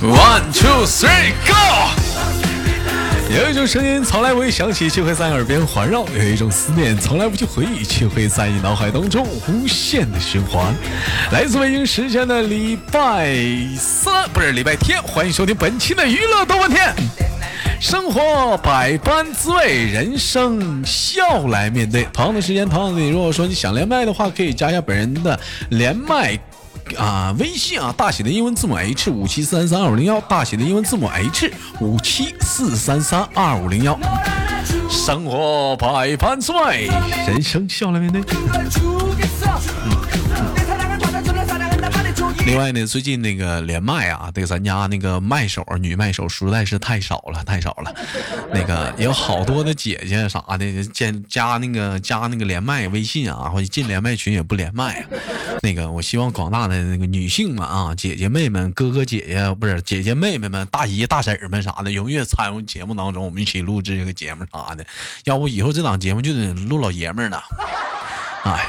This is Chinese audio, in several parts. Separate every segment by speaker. Speaker 1: One two three go！有一种声音从来不会响起，却会在耳边环绕；有一种思念从来不去回忆，却会在你脑海当中无限的循环。来自北京时间的礼拜三，不是礼拜天，欢迎收听本期的娱乐豆瓣天。生活百般滋味，人生笑来面对。同样的时间，同样的你，如果说你想连麦的话，可以加一下本人的连麦。啊，微信啊，大写的英文字母 H 五七四三三二五零幺，大写的英文字母 H 五七四三三二五零幺。生活百般滋味，人生笑来面对。
Speaker 2: 주겠어
Speaker 1: 另外呢，最近那个连麦啊，对咱家那个麦手女麦手实在是太少了，太少了。那个有好多的姐姐啥的，见加那个加那个连麦微信啊，或者进连麦群也不连麦啊。那个，我希望广大的那个女性们啊，姐姐妹们、哥哥姐姐不是姐姐妹妹们、大姨大婶儿们啥的，踊跃参与节目当中，我们一起录制这个节目啥的。要不以后这档节目就得录老爷们儿了。哎。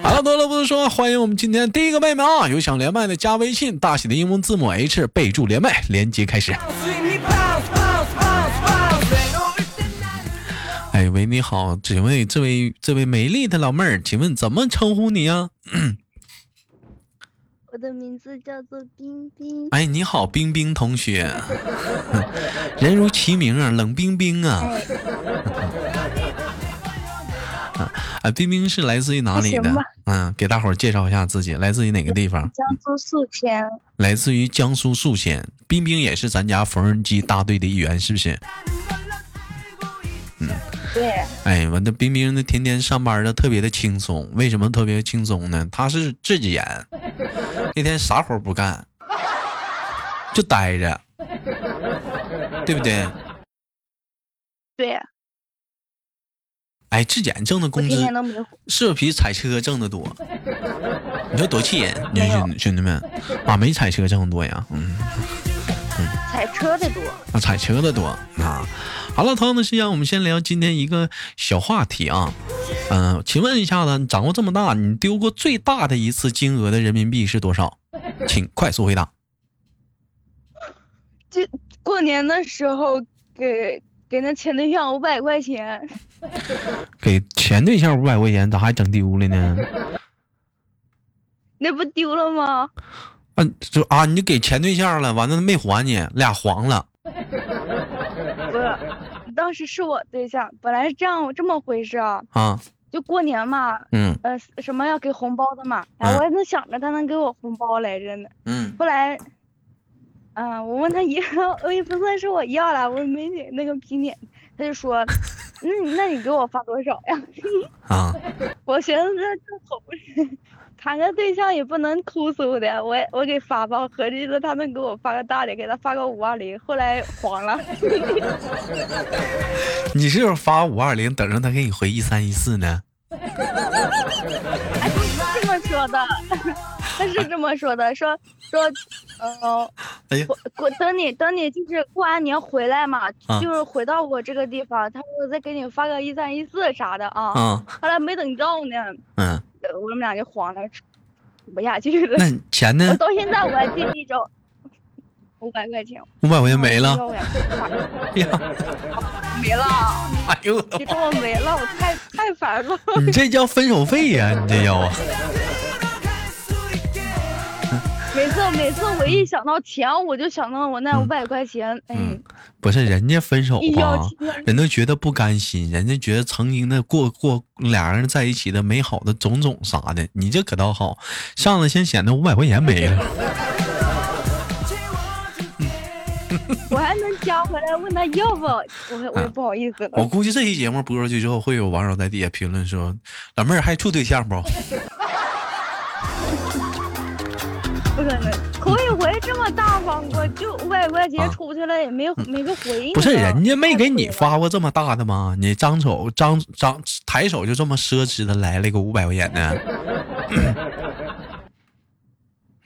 Speaker 1: 好了，多了不多说，欢迎我们今天第一个妹妹啊！有想连麦的加微信，大写的英文字母 H，备注连麦，连接开始。哎喂，你好，请问这位这位美丽的老妹儿，请问怎么称呼你啊呀、
Speaker 3: 我的名字叫做冰冰，
Speaker 1: 哎，你好，冰冰同学，人如其名啊，冷冰冰啊。啊，冰冰是来自于哪里
Speaker 3: 还
Speaker 1: 的
Speaker 3: 行吧？
Speaker 1: 嗯，给大伙儿介绍一下自己，来自于哪个地方？
Speaker 3: 江苏宿迁。
Speaker 1: 来自于江苏宿迁，冰冰也是咱家缝纫机大队的一员，是不是？
Speaker 3: 对，
Speaker 1: 哎，完的，冰冰那天天上班的特别的轻松，为什么特别轻松呢？她是自 己人，那天啥活儿不干，就待着，对不对？
Speaker 3: 对，啊
Speaker 1: 哎，质检挣的
Speaker 3: 我
Speaker 1: 工
Speaker 3: 天
Speaker 1: 资
Speaker 3: 天都没活
Speaker 1: 是不是比踩车挣的多？你说多气人，你
Speaker 3: 没
Speaker 1: 说
Speaker 3: 有
Speaker 1: 兄兄弟们啊，没踩车挣的多呀，嗯。
Speaker 3: 踩车的多。
Speaker 1: 啊，踩车的多啊。好了，同样的时间，我们先聊今天一个小话题啊。嗯、请问一下子，你长过这么大，你丢过最大的一次金额的人民币是多少？请快速回答。
Speaker 3: 过年的时候给给那前对象五百块钱，
Speaker 1: 给前对象五百块钱，咋还整丢了呢？
Speaker 3: 那不丢了吗？
Speaker 1: 啊，就啊，你就给前对象了，完了没还你，俩黄了。
Speaker 3: 不是，当时是我对象，本来是这样这么回事啊，
Speaker 1: 啊，
Speaker 3: 就过年嘛，
Speaker 1: 嗯
Speaker 3: 呃，什么要给红包的嘛，然后我还能想着他能给我红包来着呢。
Speaker 1: 嗯
Speaker 3: 后来，嗯、我问他要，我也不算是我要了，我没领那个皮脸，他就说，那你那你给我发多少呀？
Speaker 1: 啊，
Speaker 3: 我寻思这这好不容易谈个对象也不能抠搜的，我也我给发吧，我合计着他能给我发个大的，给他发个五二零，后来黄了，
Speaker 1: 你是不是发五二零，等着他给你回一三一四呢？
Speaker 3: 哎，这么说的， 他是这么说的，说说，呃，
Speaker 1: 哎呀，
Speaker 3: 我过等你等你就是过完年回来嘛，
Speaker 1: 啊
Speaker 3: 就是回到我这个地方，他说再给你发个一三一四啥的啊。
Speaker 1: 啊，
Speaker 3: 后来没等到呢，
Speaker 1: 嗯，
Speaker 3: 呃我们俩就黄了，处不下去了。
Speaker 1: 那钱
Speaker 3: 我
Speaker 1: 呢？
Speaker 3: 到现在我还记记着，五百块钱，哎
Speaker 1: 五百块钱没了。
Speaker 3: 要不然就反了
Speaker 1: 哎 呀，
Speaker 3: 没了，
Speaker 1: 哎呦我的
Speaker 3: 别说我没了，我太太烦了。
Speaker 1: 你这叫分手费呀、你这叫啊！
Speaker 3: 每次每次我一想到钱，我就想到我那
Speaker 1: 嗯
Speaker 3: 五百块钱，哎，
Speaker 1: 嗯不是人家分手
Speaker 3: 一
Speaker 1: 吧
Speaker 3: 要，钱
Speaker 1: 人都觉得不甘心，人家觉得曾经的过过俩人在一起的美好的种种啥的，你这可倒好，上来先显得五百块钱没了，
Speaker 3: 我还能加回来问他要不，我还我也不好意思了。
Speaker 1: 我估计这期节目播出去之后，会有网友在底下评论说：“老妹儿还处对象不
Speaker 3: 不 可能，头一回这么大方，我就五百块钱出去了，也没、没个回应
Speaker 1: 啊嗯不
Speaker 3: 呢。？”
Speaker 1: 是，人家没给你
Speaker 3: 太亏了。
Speaker 1: 发过这么大的吗？你张手张张抬手就这么奢侈的来了个五百块钱呢？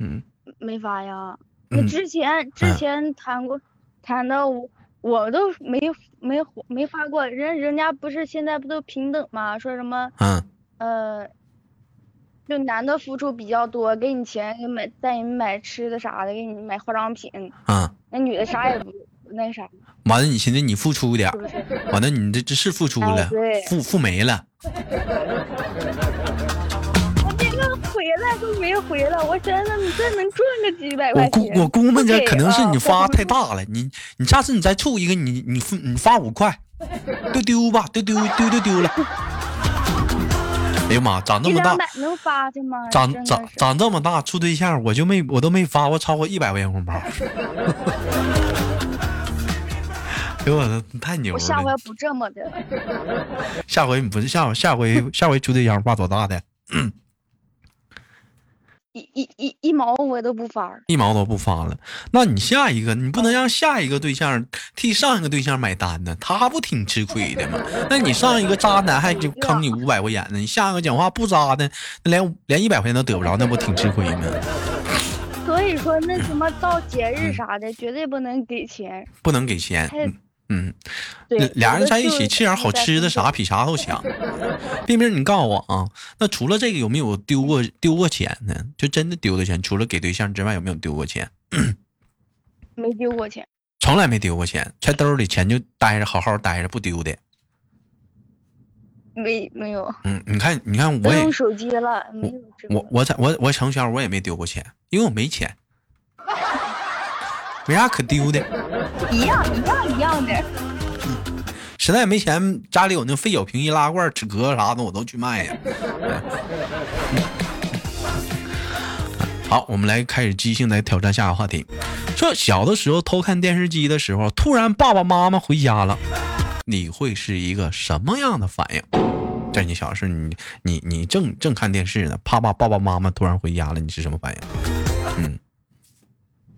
Speaker 1: 嗯，
Speaker 3: 没发呀，你
Speaker 1: 嗯
Speaker 3: 之前之
Speaker 1: 哎
Speaker 3: 前谈过，谈的我我都没没没发过，人人家不是现在不都平等嘛？说什么
Speaker 1: 嗯
Speaker 3: 呃，就男的付出比较多，给你钱，给你买带你买吃的啥的，给你买化妆品，
Speaker 1: 嗯，
Speaker 3: 那女的啥也不那啥，
Speaker 1: 完了，你寻思你付出点儿
Speaker 3: 是，不是？
Speaker 1: 完了你这这是付出了
Speaker 3: 哎对，
Speaker 1: 付付没了。
Speaker 3: 我这个回来都没回来，我真的你这能赚个几百
Speaker 1: 我
Speaker 3: 块
Speaker 1: 估
Speaker 3: 钱？
Speaker 1: 我估摸
Speaker 3: 不
Speaker 1: 着
Speaker 3: 给
Speaker 1: 可能是
Speaker 3: 啊
Speaker 1: 你
Speaker 3: 我
Speaker 1: 发
Speaker 3: 估
Speaker 1: 太大了，你你下次你再处一个，你你付你发五块，丢丢吧，丢丢丢丢丢了。哎呀妈，长那
Speaker 3: 一
Speaker 1: 么大
Speaker 3: 两，百能发去吗？
Speaker 1: 长
Speaker 3: 真
Speaker 1: 长
Speaker 3: 的是
Speaker 1: 长这么大处对象，我就没我都没发过超过一百块钱红包。 哎呦我操，你太牛
Speaker 3: 我下
Speaker 1: 了
Speaker 3: 回！不这么的，
Speaker 1: 下回你不是下回下回下回处对象发多大的？
Speaker 3: 一一一一毛我都不发。
Speaker 1: 一毛都不发了。那你下一个，你不能让下一个对象替上一个对象买单呢，他不挺吃亏的吗？那你上一个渣男还就坑你五百块钱呢，你下一个讲话不渣的，那连连一百块钱都得不着，那不挺吃亏吗？
Speaker 3: 所以说那什么到节日啥的，绝对不能给钱。
Speaker 1: 不能给钱。
Speaker 3: 太
Speaker 1: 嗯嗯，
Speaker 3: 对，
Speaker 1: 俩
Speaker 3: 有
Speaker 1: 人
Speaker 3: 的
Speaker 1: 在一
Speaker 3: 就
Speaker 1: 起
Speaker 3: 是
Speaker 1: 吃点
Speaker 3: 自己
Speaker 1: 好
Speaker 3: 在
Speaker 1: 吃的
Speaker 3: 工
Speaker 1: 啥
Speaker 3: 作？
Speaker 1: 比啥都强。冰冰，你告诉我啊，那除了这个有没有丢过丢过钱呢？就真的丢过钱，除了给对象之外，有没有丢过钱？
Speaker 3: 没丢过钱，
Speaker 1: 从来没丢过钱，揣兜里钱就待着，好好待着，不丢的。
Speaker 3: 没没有，
Speaker 1: 嗯，你看，你看，
Speaker 3: 都
Speaker 1: 我也
Speaker 3: 用手机了，没有这
Speaker 1: 我
Speaker 3: 个。
Speaker 1: 我在我我成圈我也没丢过钱，因为我没钱，没啥可丢的，
Speaker 3: 一样一样一样的，
Speaker 1: 嗯实在没钱，家里有那费小瓶易拉罐、纸壳啥的我都去卖呀。哎好，我们来开始即兴来挑战下一个话题。说小的时候偷看电视机的时候，突然爸爸妈妈回家了，你会是一个什么样的反应？这是你小时候你你你正正看电视呢，啪啪爸爸妈妈突然回家了，你是什么反应？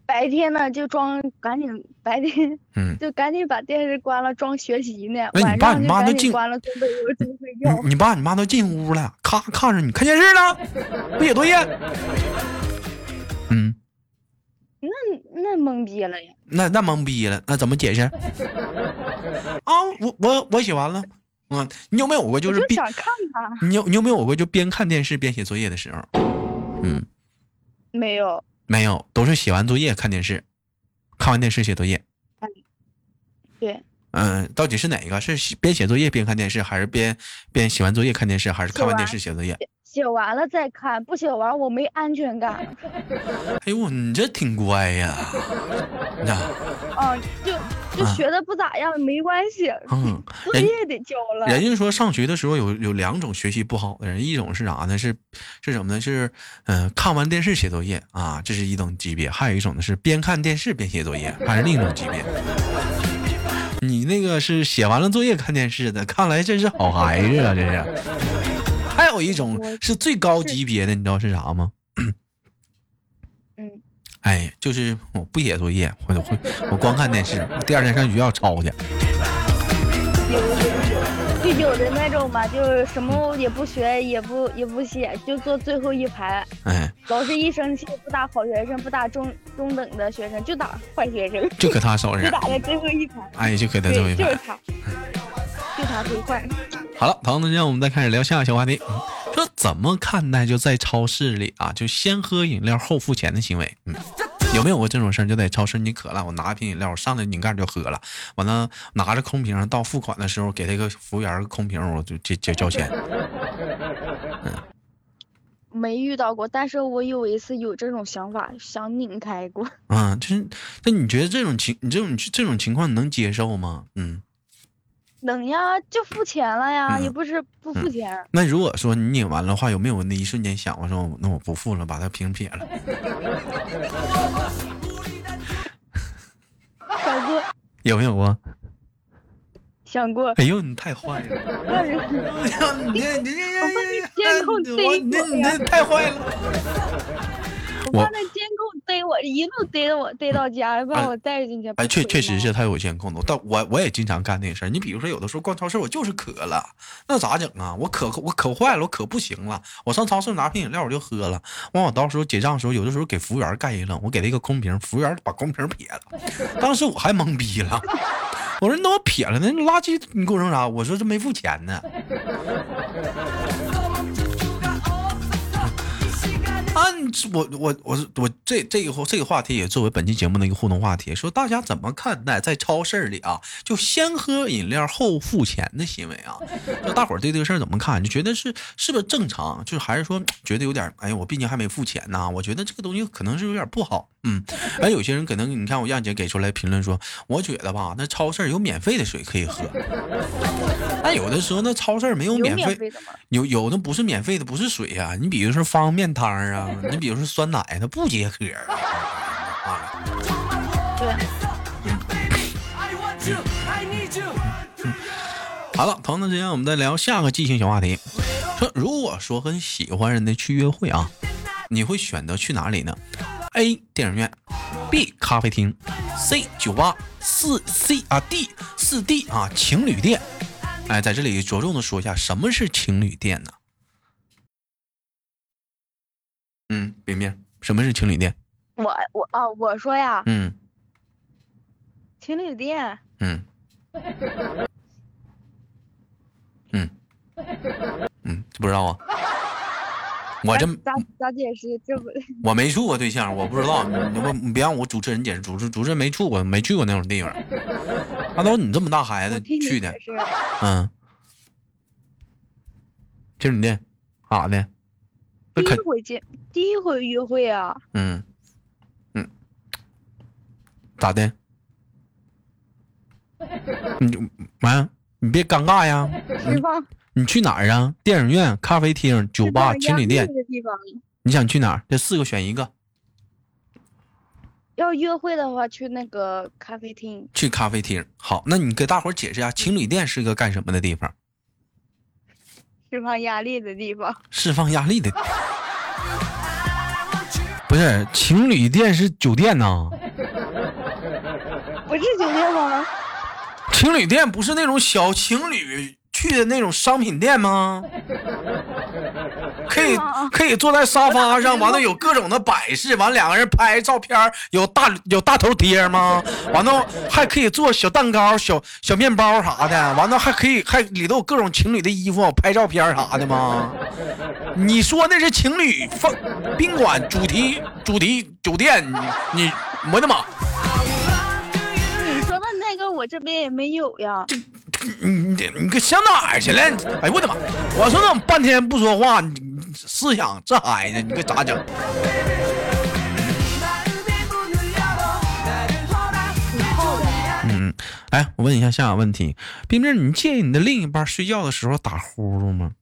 Speaker 3: 白天呢就装，赶紧白天
Speaker 1: 嗯，
Speaker 3: 就赶紧把电视关了，装学习呢。
Speaker 1: 哎你
Speaker 3: 晚
Speaker 1: 爸
Speaker 3: 上
Speaker 1: 你
Speaker 3: 就
Speaker 1: 妈都
Speaker 3: 赶
Speaker 1: 进
Speaker 3: 紧关了，准备我准 备觉。
Speaker 1: 你你爸你妈都进屋了，咔看着你看电视了，不写作业。嗯，
Speaker 3: 那懵逼了呀！
Speaker 1: 那那懵逼了，那怎么解释？啊，啊我我我写完了。嗯，你有没有过就
Speaker 3: 我
Speaker 1: 是
Speaker 3: 就
Speaker 1: 边
Speaker 3: 想看看，
Speaker 1: 你有你有没有过就边看电视边写作业的时候？嗯，
Speaker 3: 没有，
Speaker 1: 没有，都是写完作业看电视，看完电视写作业。
Speaker 3: 对，
Speaker 1: 嗯，到底是哪一个？是写边写作业边看电视，还是边边写完作业看电视，还是看完电视写作业？
Speaker 3: 写完了再看，不写完我没安全感。
Speaker 1: 哎呦，你这挺乖呀，那、
Speaker 3: 啊，就就
Speaker 1: 啊
Speaker 3: 学的不咋样，没关系，
Speaker 1: 嗯，
Speaker 3: 作
Speaker 1: 人
Speaker 3: 业得交了。
Speaker 1: 人家说上学的时候有有两种学习不好的人，一种是啥呢？是是什么呢？是嗯、呃看完电视写作业啊，这是一种级别；还有一种呢是边看电视边写作业，还是另一种级别。你那个是写完了作业看电视的，看来真是好孩子啊，这是。还有一种
Speaker 3: 我
Speaker 1: 是最高级别的，你知道是啥吗？
Speaker 3: 嗯，
Speaker 1: 哎，就是我不写作业，我我我光看电视，我第二天上学校抄去。
Speaker 3: 有有有，就有的那种吧，就是什么也不学，也不也不写，就坐最后一排。
Speaker 1: 哎，
Speaker 3: 老师一生气，不打好学生，不打中中等的学生，就打坏学生，
Speaker 1: 就搁他手
Speaker 3: 就
Speaker 1: 上，
Speaker 3: 打在最后一排。
Speaker 1: 哎，就搁他
Speaker 3: 对
Speaker 1: 最后一，
Speaker 3: 就
Speaker 1: 排
Speaker 3: 是。他，就他最坏。
Speaker 1: 好了，同样的时间，我们再开始聊下一个小话题，嗯说怎么看待就在超市里啊，就先喝饮料后付钱的行为？嗯，有没有过这种事儿？就在超市，你渴了，我拿一瓶饮料，我上来拧盖就喝了，完了拿着空瓶到付款的时候，给这个服务员个空瓶，我就就就交钱。
Speaker 3: 没遇到过，但是我有一次有这种想法，想拧开过。
Speaker 1: 啊，就是，那你觉得这种情，你这种这种情况你能接受吗？嗯，
Speaker 3: 能呀，就付钱了呀，
Speaker 1: 嗯
Speaker 3: 也不是不付钱。
Speaker 1: 那如果说你拧完了的话，有没有那一瞬间想过说，那我不付了，把它瓶撇了？
Speaker 3: 想过，
Speaker 1: 有没有啊？
Speaker 3: 想过，
Speaker 1: 哎呦，你太坏了。
Speaker 3: 但是。
Speaker 1: 哎呀你这你这
Speaker 3: 我怕那监控
Speaker 1: 这
Speaker 3: 逮
Speaker 1: 你这
Speaker 3: 我
Speaker 1: 你
Speaker 3: 呀
Speaker 1: 这太坏了！
Speaker 3: 我
Speaker 1: 我
Speaker 3: 放在监控逮我，一路逮着我，逮到家，把我带进去。
Speaker 1: 哎，确确实
Speaker 3: 不回
Speaker 1: 是
Speaker 3: 来。
Speaker 1: 他有监控的，但我我也经常干那事儿。你比如说，有的时候逛超市，我就是渴了，那咋整啊？我渴我渴坏了，我渴不行了，我上超市拿瓶饮料我就喝了。完，我到时候结账的时候，有的时候给服务员干一愣，我给他一个空瓶，服务员把空瓶撇了，当时我还懵逼了，我说你怎么撇了呢？你垃圾你给我扔啥？我说这没付钱呢。啊，你这我我我我这这个这个话题也作为本期节目的一个互动话题，说大家怎么看待在超市里啊，就先喝饮料后付钱的行为 啊？就大伙儿对这个事儿怎么看？就觉得是是不是正常？就是还是说觉得有点，哎呀，我毕竟还没付钱呐、我觉得这个东西可能是有点不好， 嗯。哎，有些人可能你看我让姐给出来评论说，我觉得吧，那超市有免费的水可以喝，但有的时候那超市没有
Speaker 3: 有
Speaker 1: 免
Speaker 3: 免
Speaker 1: 费。
Speaker 3: 费的吗？
Speaker 1: 有有的不是免费的，不是水呀、你比如说方便汤啊，你比如说酸奶，它不解渴啊。啊
Speaker 3: 对，
Speaker 1: 好了，同样的时间，我们再聊下个即兴小话题。说如果说跟喜欢人的去约会啊，你会选择去哪里呢？A 电影院，B 咖啡厅，C 酒吧，四 C 啊 D 四 D 啊情侣店。哎，在这里着重的说一下，什么是情侣店呢？嗯，明明，什么是情侣店？
Speaker 3: 我我啊，我说呀，
Speaker 1: 嗯
Speaker 3: 情侣店
Speaker 1: 嗯嗯嗯，不知道啊，我真
Speaker 3: 咋咋解释？这不
Speaker 1: 我没处过对象，我不知道。你你我你别让我主持人解释，主持主持人没处过，没去过那种地方。大刀，你这么大孩子
Speaker 3: 我听你
Speaker 1: 去的
Speaker 3: 解，释，
Speaker 1: 嗯，情侣店咋的？那
Speaker 3: 第
Speaker 1: 肯
Speaker 3: 一回见，第一回约会啊，
Speaker 1: 嗯嗯，咋的？你就完、你别尴尬呀！
Speaker 3: 释放
Speaker 1: 你去哪儿啊？电影院、咖啡厅、酒吧、情侣店，
Speaker 3: 的地方。
Speaker 1: 你想去哪儿？这四个选一个，
Speaker 3: 要约会的话，去那个咖啡厅，
Speaker 1: 去咖啡厅。好，那你给大伙儿解释一下，情侣店是个干什么的地方？
Speaker 3: 释放压力的地方。
Speaker 1: 释放压力的。不是，情侣店是酒店呐、
Speaker 3: 不是酒店吗？
Speaker 1: 情侣店不是那种小情侣去的那种商品店 吗？可以
Speaker 3: 啊
Speaker 1: 可以坐在沙发上，完了有各种的摆饰，完了两个人拍照片儿，有大有大头贴吗？完了还可以做小蛋糕、小小面包啥的，完了还可以还里头有各种情侣的衣服拍照片儿啥的吗？你说那是情侣放宾馆主题主题酒店？你你我的妈！
Speaker 3: 你说的那个我这边也没有呀。
Speaker 1: 你你这你个想哪儿去了？哎呦我的妈！我说怎么半天不说话？你你思想这孩子，你这咋整？嗯，哎，我问一下下个问题，冰冰，你介意你的另一半睡觉的时候打呼噜吗？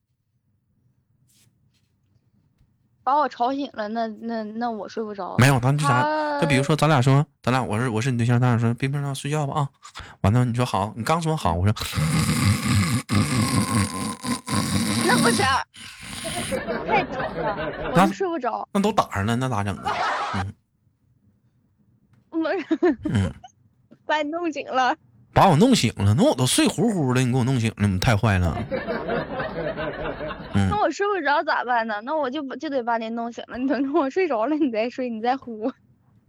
Speaker 3: 把我吵醒了，那那那我睡不着。
Speaker 1: 没有，咱就咱
Speaker 3: 他
Speaker 1: 就比如说，咱俩说，咱俩我是我是你对象，咱俩说，冰冰，那睡觉吧啊。完了，你说好，你刚说好，我说
Speaker 3: 那不 行，太吵了，我
Speaker 1: 那
Speaker 3: 就睡不着。
Speaker 1: 那都打上了，那咋整啊？
Speaker 3: 我
Speaker 1: 嗯，
Speaker 3: 把你弄醒了，
Speaker 1: 把我弄醒了，那我都睡呼呼的，你给我弄醒了，你太坏了。嗯
Speaker 3: 那，我睡不着咋办呢？那我就就得把你弄醒了。你等着我睡着了，你再睡，你再呼。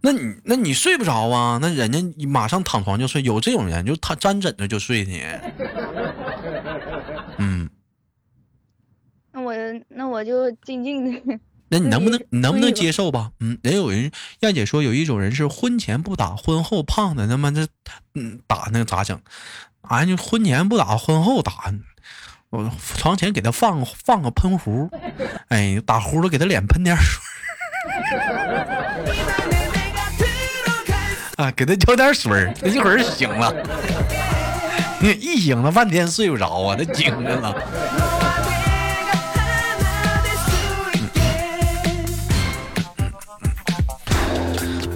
Speaker 1: 那你那你睡不着啊？那人家马上躺床就睡，有这种人就他沾枕头就睡呢。嗯，
Speaker 3: 那我那我就静静的。
Speaker 1: 那你能不能
Speaker 3: 对
Speaker 1: 你能不能
Speaker 3: 所以我
Speaker 1: 接受吧？嗯，人有人燕姐说有一种人是婚前不打，婚后胖的，他妈这嗯打那咋整？啊，就婚前不打，婚后打。我床前给他放个放个喷壶，哎，打呼噜给他脸喷点水啊，给他浇点水儿，他一会儿醒了。你一醒了半天睡不着啊，他精神了。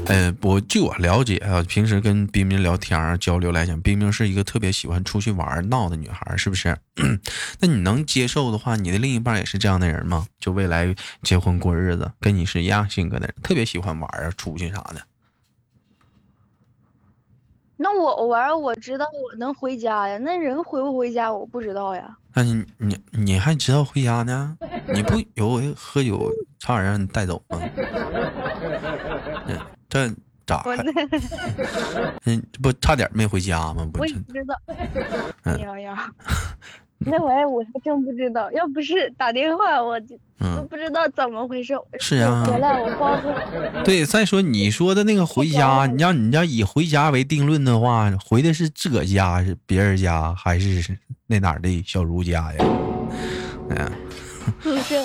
Speaker 1: 呃，我据我了解啊，平时跟冰冰聊天儿交流来讲，冰冰是一个特别喜欢出去玩儿闹的女孩儿，是不是？ 那你能接受的话，你的另一半也是这样的人吗？就未来结婚过日子，跟你是一样性格的人，特别喜欢玩儿啊，出去啥的。
Speaker 3: 那我偶尔我知道我能回家呀，那人回不回家我不知道呀。
Speaker 1: 那你你你还知道回家呢？你不有回喝酒差点让你带走吗？嗯这咋
Speaker 3: 我
Speaker 1: 还？
Speaker 3: 那
Speaker 1: 嗯，这不差点没回家吗？不
Speaker 3: 我
Speaker 1: 是
Speaker 3: 也，知道。
Speaker 1: 嗯
Speaker 3: 哎呀呀，那玩意儿我还真不知道，要不是打电话我就都
Speaker 1: 嗯，
Speaker 3: 不知道怎么回事。
Speaker 1: 是啊
Speaker 3: 我回来我包括
Speaker 1: 对。再说你说的那个回家，你让你要以回家为定论的话，回的是自个家、是别人家，还是那哪儿的小茹家呀？嗯
Speaker 3: 宿舍，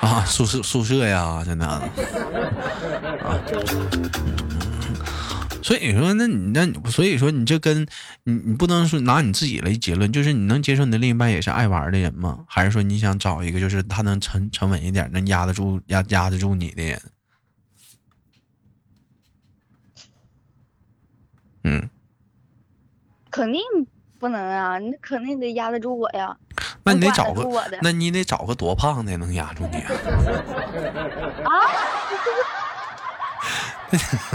Speaker 1: 啊，宿舍宿舍呀，真的啊。嗯所以说，那你那你所以说，你这跟你你不能说拿你自己来结论，就是你能接受你的另一半也是爱玩的人吗？还是说你想找一个就是他能沉沉稳一点，能压得住压压得住你的人？嗯，
Speaker 3: 肯定不能啊，那肯定得压得住我呀。
Speaker 1: 那你得
Speaker 3: 能
Speaker 1: 找
Speaker 3: 管得
Speaker 1: 个
Speaker 3: 住我的，
Speaker 1: 那你得找个多胖的能压住你、啊。
Speaker 3: 啊，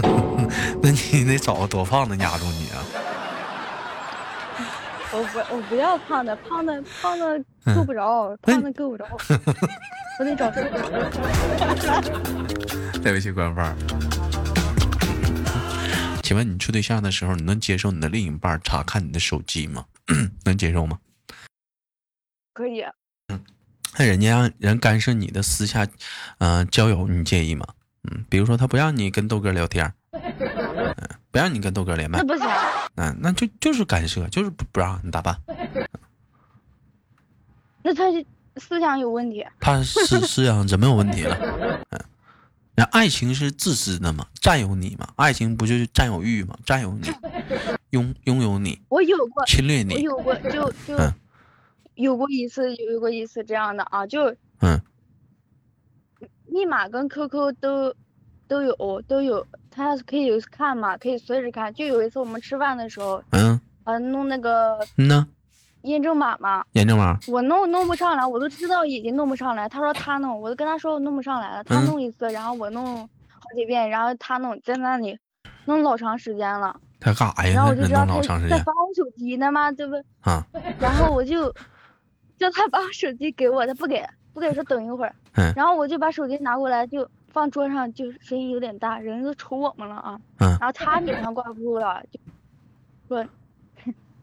Speaker 1: 那你得找个多胖的压住你啊！
Speaker 3: 我不我不要胖的，胖的胖的
Speaker 1: 嗯
Speaker 3: 够不着，
Speaker 1: 哎
Speaker 3: 胖的够不着，我得找瘦的。
Speaker 1: 在微信官方。啊请问你处对象的时候，你能接受你的另一半查看你的手机吗？ 能接受吗？
Speaker 3: 可以，
Speaker 1: 那人家让人干涉你的私下，呃，交友，你介意吗？嗯，比如说他不让你跟豆哥聊天儿，嗯，不让你跟豆哥连麦
Speaker 3: 那，不行，
Speaker 1: 嗯，那就就是干涉，就是不不让你咋办？
Speaker 3: 那他是思想有问题。
Speaker 1: 他思思想怎么有问题 了？嗯，那爱情是自私的嘛，占有你嘛，爱情不就是占有欲嘛，占有你，拥拥有你，
Speaker 3: 我有过，
Speaker 1: 侵略
Speaker 3: 我
Speaker 1: 你，
Speaker 3: 有过，就就
Speaker 1: 嗯
Speaker 3: 有过一次，有过一次这样的啊，就
Speaker 1: 嗯。
Speaker 3: 密码跟 QQ 都都有都有，他可以看嘛，可以随时看。就有一次我们吃饭的时候，
Speaker 1: 嗯
Speaker 3: 呃，弄那个
Speaker 1: 嗯呢，
Speaker 3: 验证码嘛，
Speaker 1: 严正马，
Speaker 3: 我弄弄不上来，我都知道已经弄不上来。他说他弄，我都跟他说我弄不上来了，他
Speaker 1: 嗯
Speaker 3: 弄一次，然后我弄好几遍，然后他弄，在那里弄老长时间了。
Speaker 1: 他干啥呀
Speaker 3: 然后？我
Speaker 1: 那哎那
Speaker 3: 就知道
Speaker 1: 弄老长
Speaker 3: 他
Speaker 1: 时
Speaker 3: 在
Speaker 1: 间
Speaker 3: 翻我手机呢嘛，对不？
Speaker 1: 啊？
Speaker 3: 然后我就叫他把手机给我，他不给，不给说等一会儿。
Speaker 1: 嗯
Speaker 3: 然后我就把手机拿过来，就放桌上，就声音有点大，人都瞅我们了啊。
Speaker 1: 嗯
Speaker 3: 然后他脸上挂不住了，就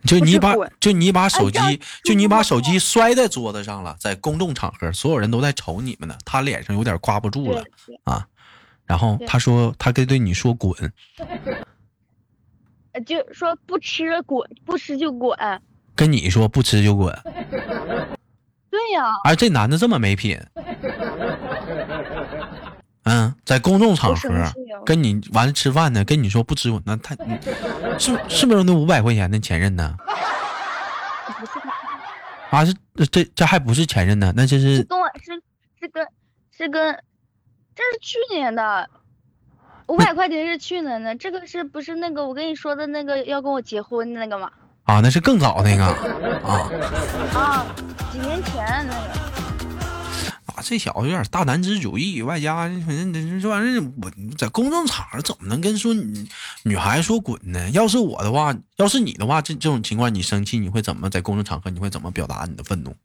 Speaker 1: 就你
Speaker 3: 是
Speaker 1: 把
Speaker 3: 滚
Speaker 1: 就你把手机
Speaker 3: 哎这
Speaker 1: 就你把手机摔在桌子上了，在公众场合，所有人都在瞅你们呢，他脸上有点挂不住
Speaker 3: 对
Speaker 1: 了，啊。然后他说他跟对你说滚，
Speaker 3: 对，呃就说不吃滚，不吃就滚。
Speaker 1: 跟你说不吃就滚，
Speaker 3: 对呀、
Speaker 1: 而这男的这么没品。嗯，在公众场
Speaker 3: 我
Speaker 1: 合
Speaker 3: 生气了
Speaker 1: 跟你完了吃饭呢，跟你说不吃滚，那他你是不是不是那五百块钱的前任呢？
Speaker 3: 不是他，
Speaker 1: 啊，是这这还不是前任呢，那这
Speaker 3: 是
Speaker 1: 是
Speaker 3: 跟我是是跟是跟，这是去年的。五百块钱是去年的，这个是不是那个我跟你说的那个要跟我结婚的那个嘛？
Speaker 1: 啊，那是更早那个啊
Speaker 3: 啊，几年前那个。
Speaker 1: 啊，这小子有点大男子主义，外加反正这这玩意儿，我在公众场合怎么能跟说女女孩说滚呢？要是我的话，要是你的话，这这种情况你生气，你会怎么在公众场合你会怎么表达你的愤怒？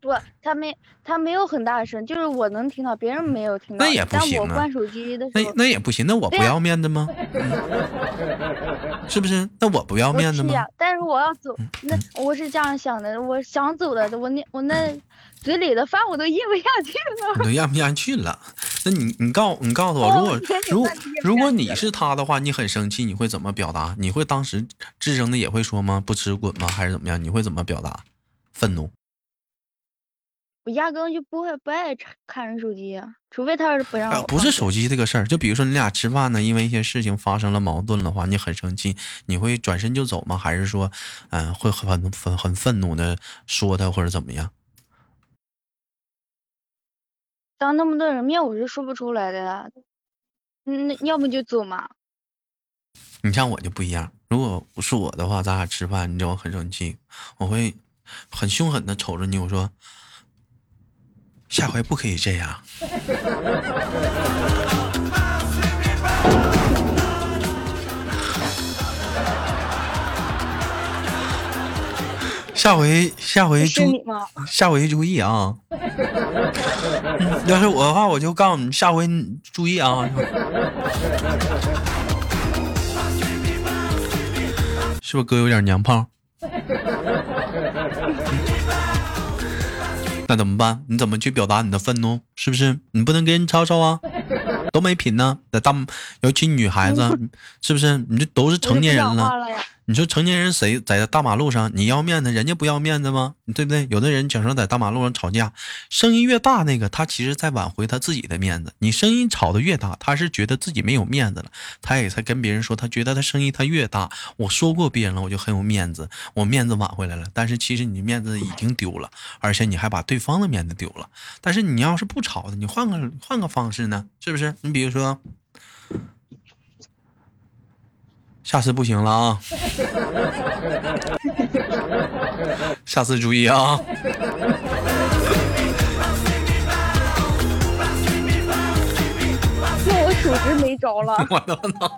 Speaker 3: 不，他没他没有很大声，就是我能听到，别人没有听
Speaker 1: 那
Speaker 3: 到。
Speaker 1: 也不
Speaker 3: 但
Speaker 1: 行
Speaker 3: 我
Speaker 1: 啊
Speaker 3: 关手机的
Speaker 1: 那
Speaker 3: 时候，
Speaker 1: 那也不行，那我不
Speaker 3: 对呀
Speaker 1: 要面子吗？嗯、是不是？那我不要
Speaker 3: 我
Speaker 1: 面子
Speaker 3: 去
Speaker 1: 吗嗯
Speaker 3: 呀、？但是我要走，那我是这样想的，我想走的，我那我那嘴里的饭我都咽不下去了。
Speaker 1: 你都咽不下去了。那你你告你告诉我，如果
Speaker 3: 哦天天
Speaker 1: 如果
Speaker 3: 在这边
Speaker 1: 如果
Speaker 3: 干
Speaker 1: 你是他的话，你很生气，你会怎么表达？你会当时吱声的也会说吗？不吃滚吗？还是怎么样？你会怎么表达？愤怒？
Speaker 3: 我压根就不会不爱看看人手机、啊，除非他是不让我、
Speaker 1: 呃，不是，手机这个事儿，就比如说你俩吃饭呢，因为一些事情发生了矛盾的话，你很生气，你会转身就走吗？还是说，嗯、会很很很愤怒的说他或者怎么样？
Speaker 3: 当那么多人面我是说不出来的呀、嗯，要么就走嘛。
Speaker 1: 你像我就不一样，如果是我的话，咱俩吃饭，你知道我很生气，我会很凶狠的瞅着你，我说下回不可以这样。 下回下回
Speaker 3: 哎是
Speaker 1: 注
Speaker 3: 你吗？
Speaker 1: 下回注意啊！ 要是我的话，我就告诉你，下回你注意啊！是不是哥有点娘炮？ 那怎么办？你怎么去表达你的愤怒？是不是？你不能跟人吵吵啊，多没品呢！在大，尤其女孩子，是不是？你这都是
Speaker 3: 我就
Speaker 1: 成
Speaker 3: 不
Speaker 1: 年人
Speaker 3: 讲
Speaker 1: 了
Speaker 3: 话，了呀。
Speaker 1: 你说成年人谁在大马路上，你要面子，人家不要面子吗？对不对？有的人讲说在大马路上吵架，声音越大，那个他其实在挽回他自己的面子。你声音吵得越大，他是觉得自己没有面子了，他也才跟别人说，他觉得他声音他越大，我说过别人了，我就很有面子，我面子挽回来了。但是其实你面子已经丢了，而且你还把对方的面子丢了。但是你要是不吵的，你换个换个方式呢，是不是？你比如说，下次不行了啊。下次注意啊！
Speaker 3: 那我手指没着了，
Speaker 1: 我的妈！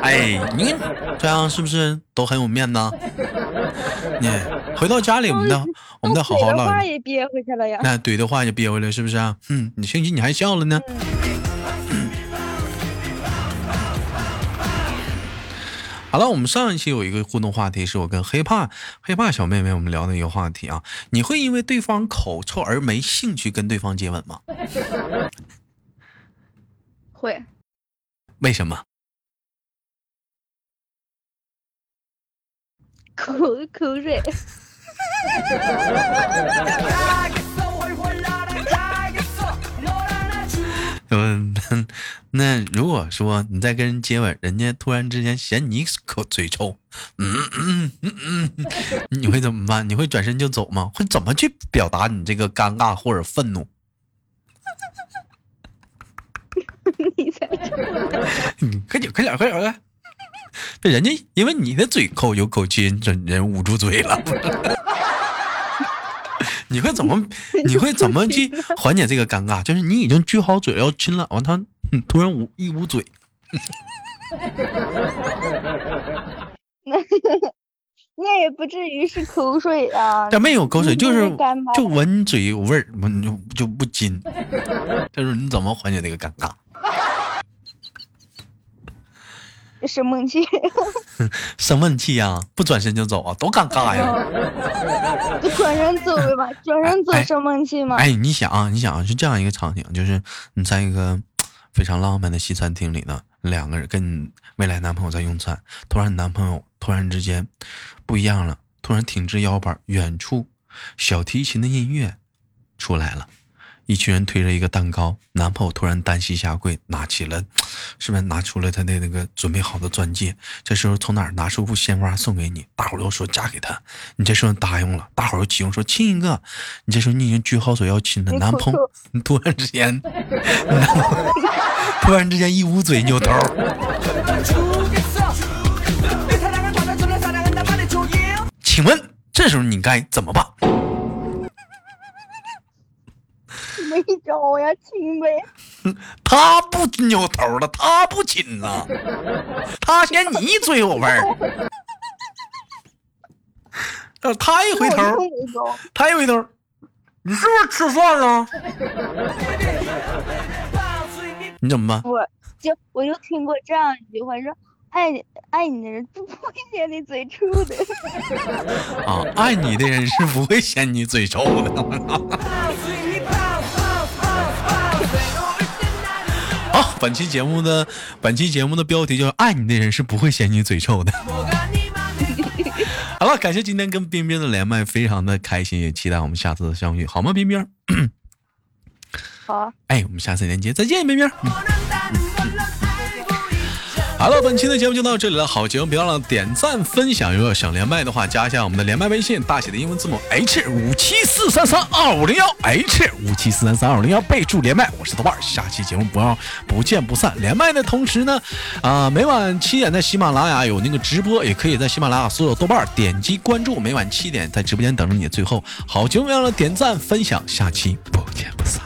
Speaker 1: 哎，你这样是不是都很有面子？你回到家里，我们再 我们再好好
Speaker 3: 我嘴的
Speaker 1: 唠
Speaker 3: 话
Speaker 1: 一唠。
Speaker 3: 也憋回去了呀。
Speaker 1: 那怼的话也憋回来，是不是、啊？嗯，你兴许你还笑了呢。好了，我们上一期有一个互动话题，是我跟黑怕黑怕小妹妹我们聊的一个话题啊。你会因为对方口臭而没兴趣跟对方接吻吗？
Speaker 3: 会，
Speaker 1: 为什么？
Speaker 3: 口口水，
Speaker 1: 嗯， 那如果说你在跟人接吻，人家突然之间嫌你口嘴臭， 嗯嗯嗯嗯，你会怎么办？你 会转身就走吗？会怎么去表达你这个尴尬或者愤怒？
Speaker 3: 你才臭呢。
Speaker 1: 嗯，快点，快点，快点，快 点！这人家因为你的嘴口有口气，你整人捂住嘴了。 你会怎么？你会怎么去缓解这个尴尬？就是你已经撅好嘴要亲了，完他嗯突然捂一捂嘴，
Speaker 3: 那也不至于是口水 啊。
Speaker 1: 但没有口水，
Speaker 3: 嗯
Speaker 1: 就是
Speaker 3: 就是干巴
Speaker 1: 就闻嘴有味儿，闻就就不禁。 就是你怎么缓解这个尴尬？
Speaker 3: 生 闷气，
Speaker 1: 生闷气呀、不转身就走啊，多尴尬呀！
Speaker 3: 就转身走呗嘛，转身走
Speaker 1: 哎
Speaker 3: 生闷气嘛。
Speaker 1: 哎，你想啊，你想啊，是这样一个场景，就是你在一个非常浪漫的西餐厅里呢，两个人跟你未来男朋友在用餐，突然你男朋友突然之间不一样了，突然挺直腰板，远处小提琴的音乐出来了。一群人推着一个蛋糕，男朋友突然单膝下跪，拿起了，是不是拿出了他的那个准备好的钻戒？这时候从哪儿拿出束鲜花送给你？大伙儿都说嫁给他，你这时候答应了，大伙儿又起哄说亲一个。你这时候你已经撅好嘴要亲了，
Speaker 3: 你
Speaker 1: 男
Speaker 3: 口
Speaker 1: 朋友
Speaker 3: 臭
Speaker 1: 你突然之间， 你男朋友突然之间一捂嘴扭头儿，请问这时候你该怎么办？
Speaker 3: 没招呀，亲呗。
Speaker 1: 他不扭头了，他不亲了，他嫌你嘴有味儿。呃他一回头，
Speaker 3: 那我就没招。
Speaker 1: 他一回头，你是不是吃饭了？你怎么办？
Speaker 3: 我就我就听过这样一句话说，爱爱你的人不会 嫌你嘴臭的。
Speaker 1: 啊，爱你的人是不会嫌你嘴臭的。 好，本期节目的本期节目的标题就是“爱你的人是不会嫌你嘴臭的”。 好了，感谢今天跟冰冰的连麦，非常的开心，也期待我们下次的相遇，好吗？冰冰，
Speaker 3: 好，
Speaker 1: 哎，我们下次连接再见，冰冰。嗯好了，本期的节目就到这里了。好节目，别忘了点赞分享。如果想连麦的话，加一下我们的连麦微信，大写的英文字母 H 五七四三三二五零幺 H 五七四三三二五零幺，备注连麦。我是豆瓣儿，下期节目不要不见不散。连麦的同时呢，啊、每晚七点在喜马拉雅有那个直播，也可以在喜马拉雅搜索豆瓣儿点击关注。每晚七点在直播间等着你。最后，好节目别忘了点赞分享，下期不见不散。